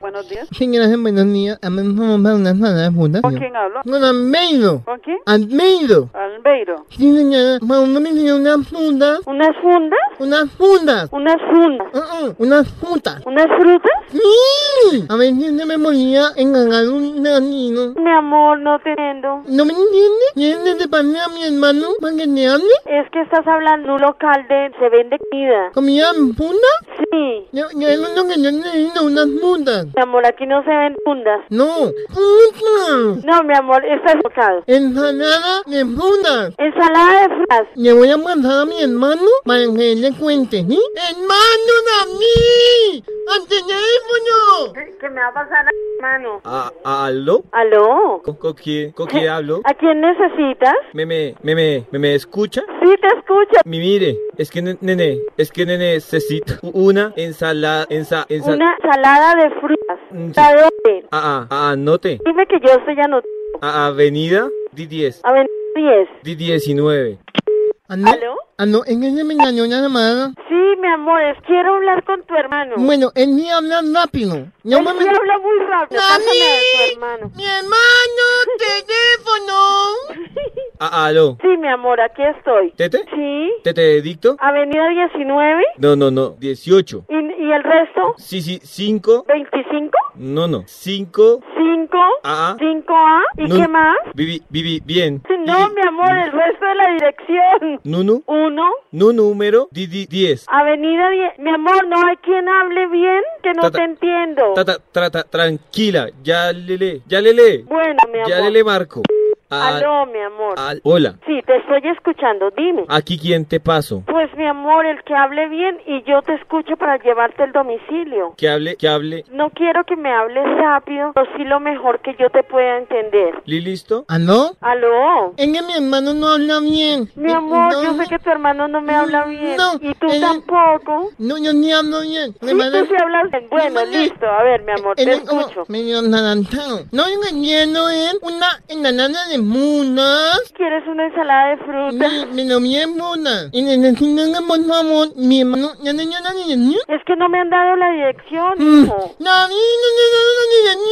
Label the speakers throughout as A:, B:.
A: Buenos días.
B: Señoras y buenos días, a mí me mandan unas palabras putas.
A: ¿Con quién hablo?
B: Con Almeiro.
A: ¿Con quién?
B: Almeiro.
A: Albeiro.
B: Sí, señora, cuando me enseñó unas fundas,
A: ¿Unas fundas?
B: unas fundas.
A: ¿Unas fundas?
B: Uh uh, unas putas.
A: ¿Unas frutas?
B: ¡Sí! A veces se me moría enganar un nanino.
A: Mi amor, no te entiendo.
B: ¿No me entiendes? ¿Quieres que te pase a mi hermano para que te hable?
A: Es que estás hablando en un local de... se vende comida.
B: ¿Comida en funda?
A: Sí.
B: Yo, yo es lo que yo necesito, unas fundas.
A: Mi amor, aquí no se venden fundas.
B: No, putas.
A: No, mi amor, estás equivocado.
B: Ensalada de fundas.
A: Ensalada de frutas.
B: Le voy a mandar a mi hermano para que él le cuente, ¿sí? ¡Hermano, a mí! ¡Al teléfono!
A: ¿Qué me va a pasar a mi hermano?
C: A- ¿Aló?
A: ¿Aló?
C: ¿Con, con quién, con quién hablo?
A: ¿A quién necesitas?
C: ¿Me, me, me, me, me, me escucha?
A: Sí, te escucho.
C: Mi mire, es que ne- nene, es que nene necesita una ensalada, ensa, ensa-
A: Una ensalada de frutas.
C: Mm, sí.
A: ¿A dónde?
C: A, a, a- anote,
A: Dime que yo estoy anotado.
C: a, avenida D10,
A: A ver, 10.
C: D19.
B: Ah, no.
A: ¿Aló?
B: Ah, no, es que se me engañó la llamada.
A: Sí, mi amor, es- quiero hablar con tu hermano.
B: Bueno, él ni habla rápido.
A: Él
B: Llámame.
A: sí habla muy rápido.
B: ¡Mami!
A: Pásame a tu hermano.
B: ¡Mi hermano, teléfono!
C: A, ah, ¿Aló?
A: Sí, mi amor, aquí estoy.
C: ¿Tete?
A: Sí,
C: ¿Tete dicto?
A: Avenida 19.
C: No, no, no, 18.
A: ¿Y, y el resto?
C: Sí, sí, 5.
A: ¿25?
C: No, no, 5.
A: ¿5?
C: Ah.
A: ¿5A? ¿Y
C: No.
A: qué más?
C: Vivi, vivi, bien.
A: Sí, No, mi amor, el resto de la dirección.
C: Nunu,
A: 1.
C: nu número D10.
A: Avenida 10. Mi amor, no hay quien hable bien, que no
C: Tata-
A: te entiendo.
C: Tata, trata, tranquila, ya le le, ya le le,
A: Bueno, mi
C: ya ah, le le
A: amor.
C: marco. A-
A: Aló, mi amor.
C: al- hola,
A: Sí, te estoy escuchando, dime.
C: aquí quién te paso.
A: Pues mi amor, el que hable bien y yo te escucho para llevarte el domicilio.
C: Que hable, que hable.
A: No quiero que me hables rápido, pero sí lo mejor que yo te pueda entender.
C: ¿Li listo?
B: ¿Ah, no?
A: Aló.
B: Es que mi hermano no habla bien.
A: Mi amor, yo
B: No,
A: sé que tu hermano no me habla bien.
B: No,
A: y tú
B: él-
A: tampoco.
B: No, yo ni hablo bien.
A: Sí, tú sí hablas bien. Bueno,
B: Hermana,
A: listo. A ver, mi amor, te
B: Él es como
A: escucho.
B: medio naranjado. No, lo que quiero es una enanana de munas.
A: ¿Quieres una ensalada de fruta?
B: Me, me lo vi en munas. Y necesitan que, por favor, mi hermano... ¿Ya no yo la niña?
A: Es que no me han dado la dirección,
B: Mm.
A: hijo.
B: No, no, no, no, no,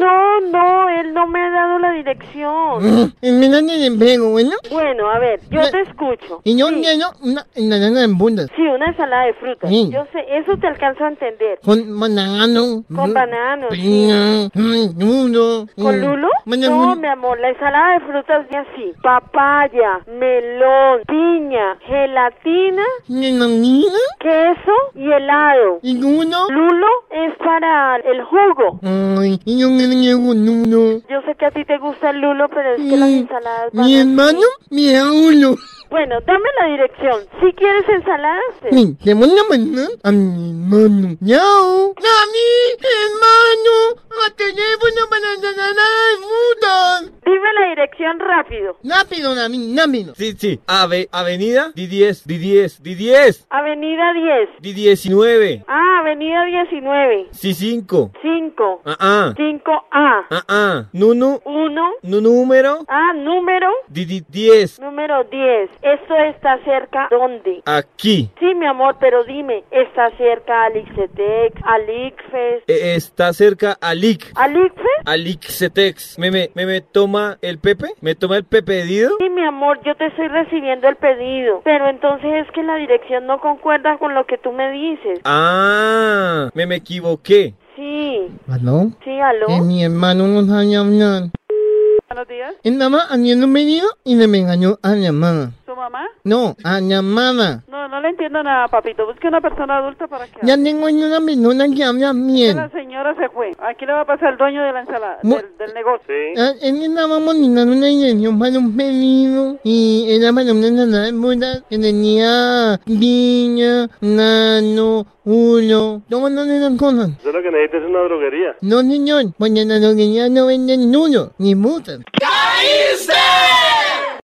A: No, no, él no me ha dado la dirección.
B: no, no. En verdad ni le pego, bueno.
A: Bueno, a ver, yo
B: Mm. Me-
A: te escucho.
B: Y yo
A: Sí.
B: quiero una enanana en bundas.
A: Sí, una ensalada de frutas.
B: Sí.
A: Yo sé, eso te alcanzo a entender.
B: Con banano.
A: Con banano,
B: Piña. mm, Lulo.
A: ¿Con
B: mm,
A: lulo?
B: banano,
A: No, mi amor, la ensalada de frutas es así. Papaya, melón, piña, gelatina,
B: enanina,
A: queso y helado.
B: Y lulo.
A: Lulo es para el jugo.
B: Ay, y yo me niego lulo.
A: Yo sé que a ti te gusta el lulo, pero es que las
B: Mm,
A: ensaladas van
B: Mi
A: así.
B: hermano, mi abuelo.
A: Bueno, dame la dirección. Si quieres ensaladas, te-
B: Mi, le voy a mandar a mi hermano. ¡Yao! ¡Dami, hermano! ¡A teléfono para la muda!
A: dime la dirección rápido.
B: Rápido, Dami, rápido.
C: Sí, sí. Ave, avenida D10, D10, D10,
A: Avenida 10.
C: D19,
A: Ah, Avenida 19.
C: C5.
A: 5.
C: Ah, ah,
A: 5A.
C: ah, ah. Nunu,
A: 1.
C: nu número
A: Ah, número.
C: D10.
A: Número 10. ¿Esto está cerca dónde?
C: Aquí.
A: Sí, mi amor, pero dime, ¿está cerca al Ixetec, al ICFES?
C: E- Está cerca Alic.
A: ¿Al ICFES?
C: Alixetex. Me, me, me, me toma el Pepe. Me toma el Pepe pedido.
A: Sí, mi amor, yo te estoy recibiendo el pedido, pero entonces es que la dirección no concuerda con lo que tú me dices.
C: Ah, me, me equivoqué.
A: Sí,
B: ¿Aló?
A: sí, aló.
B: Eh, mi hermano no sabe hablar.
D: Buenos días,
B: Él estaba haciendo un pedido y le me engañó a mi hermana.
D: ¿su mamá?
B: No, a mi hermana.
D: No, no le entiendo nada, papito. Busque una persona adulta para que...
B: Ya tengo ahí una persona que habla
D: La
B: bien.
D: señora se fue. Aquí le va a pasar el dueño de la ensalada,
B: Mu-
D: del, del negocio.
B: Ah, Él estaba montando una dirección para un pedido y era para una ensalada de bodas que tenía viña, nano, ulo, todas esas cosas.
E: Yo lo que necesito es una droguería.
B: No, señor, porque en la droguería no venden nulo, ni putas.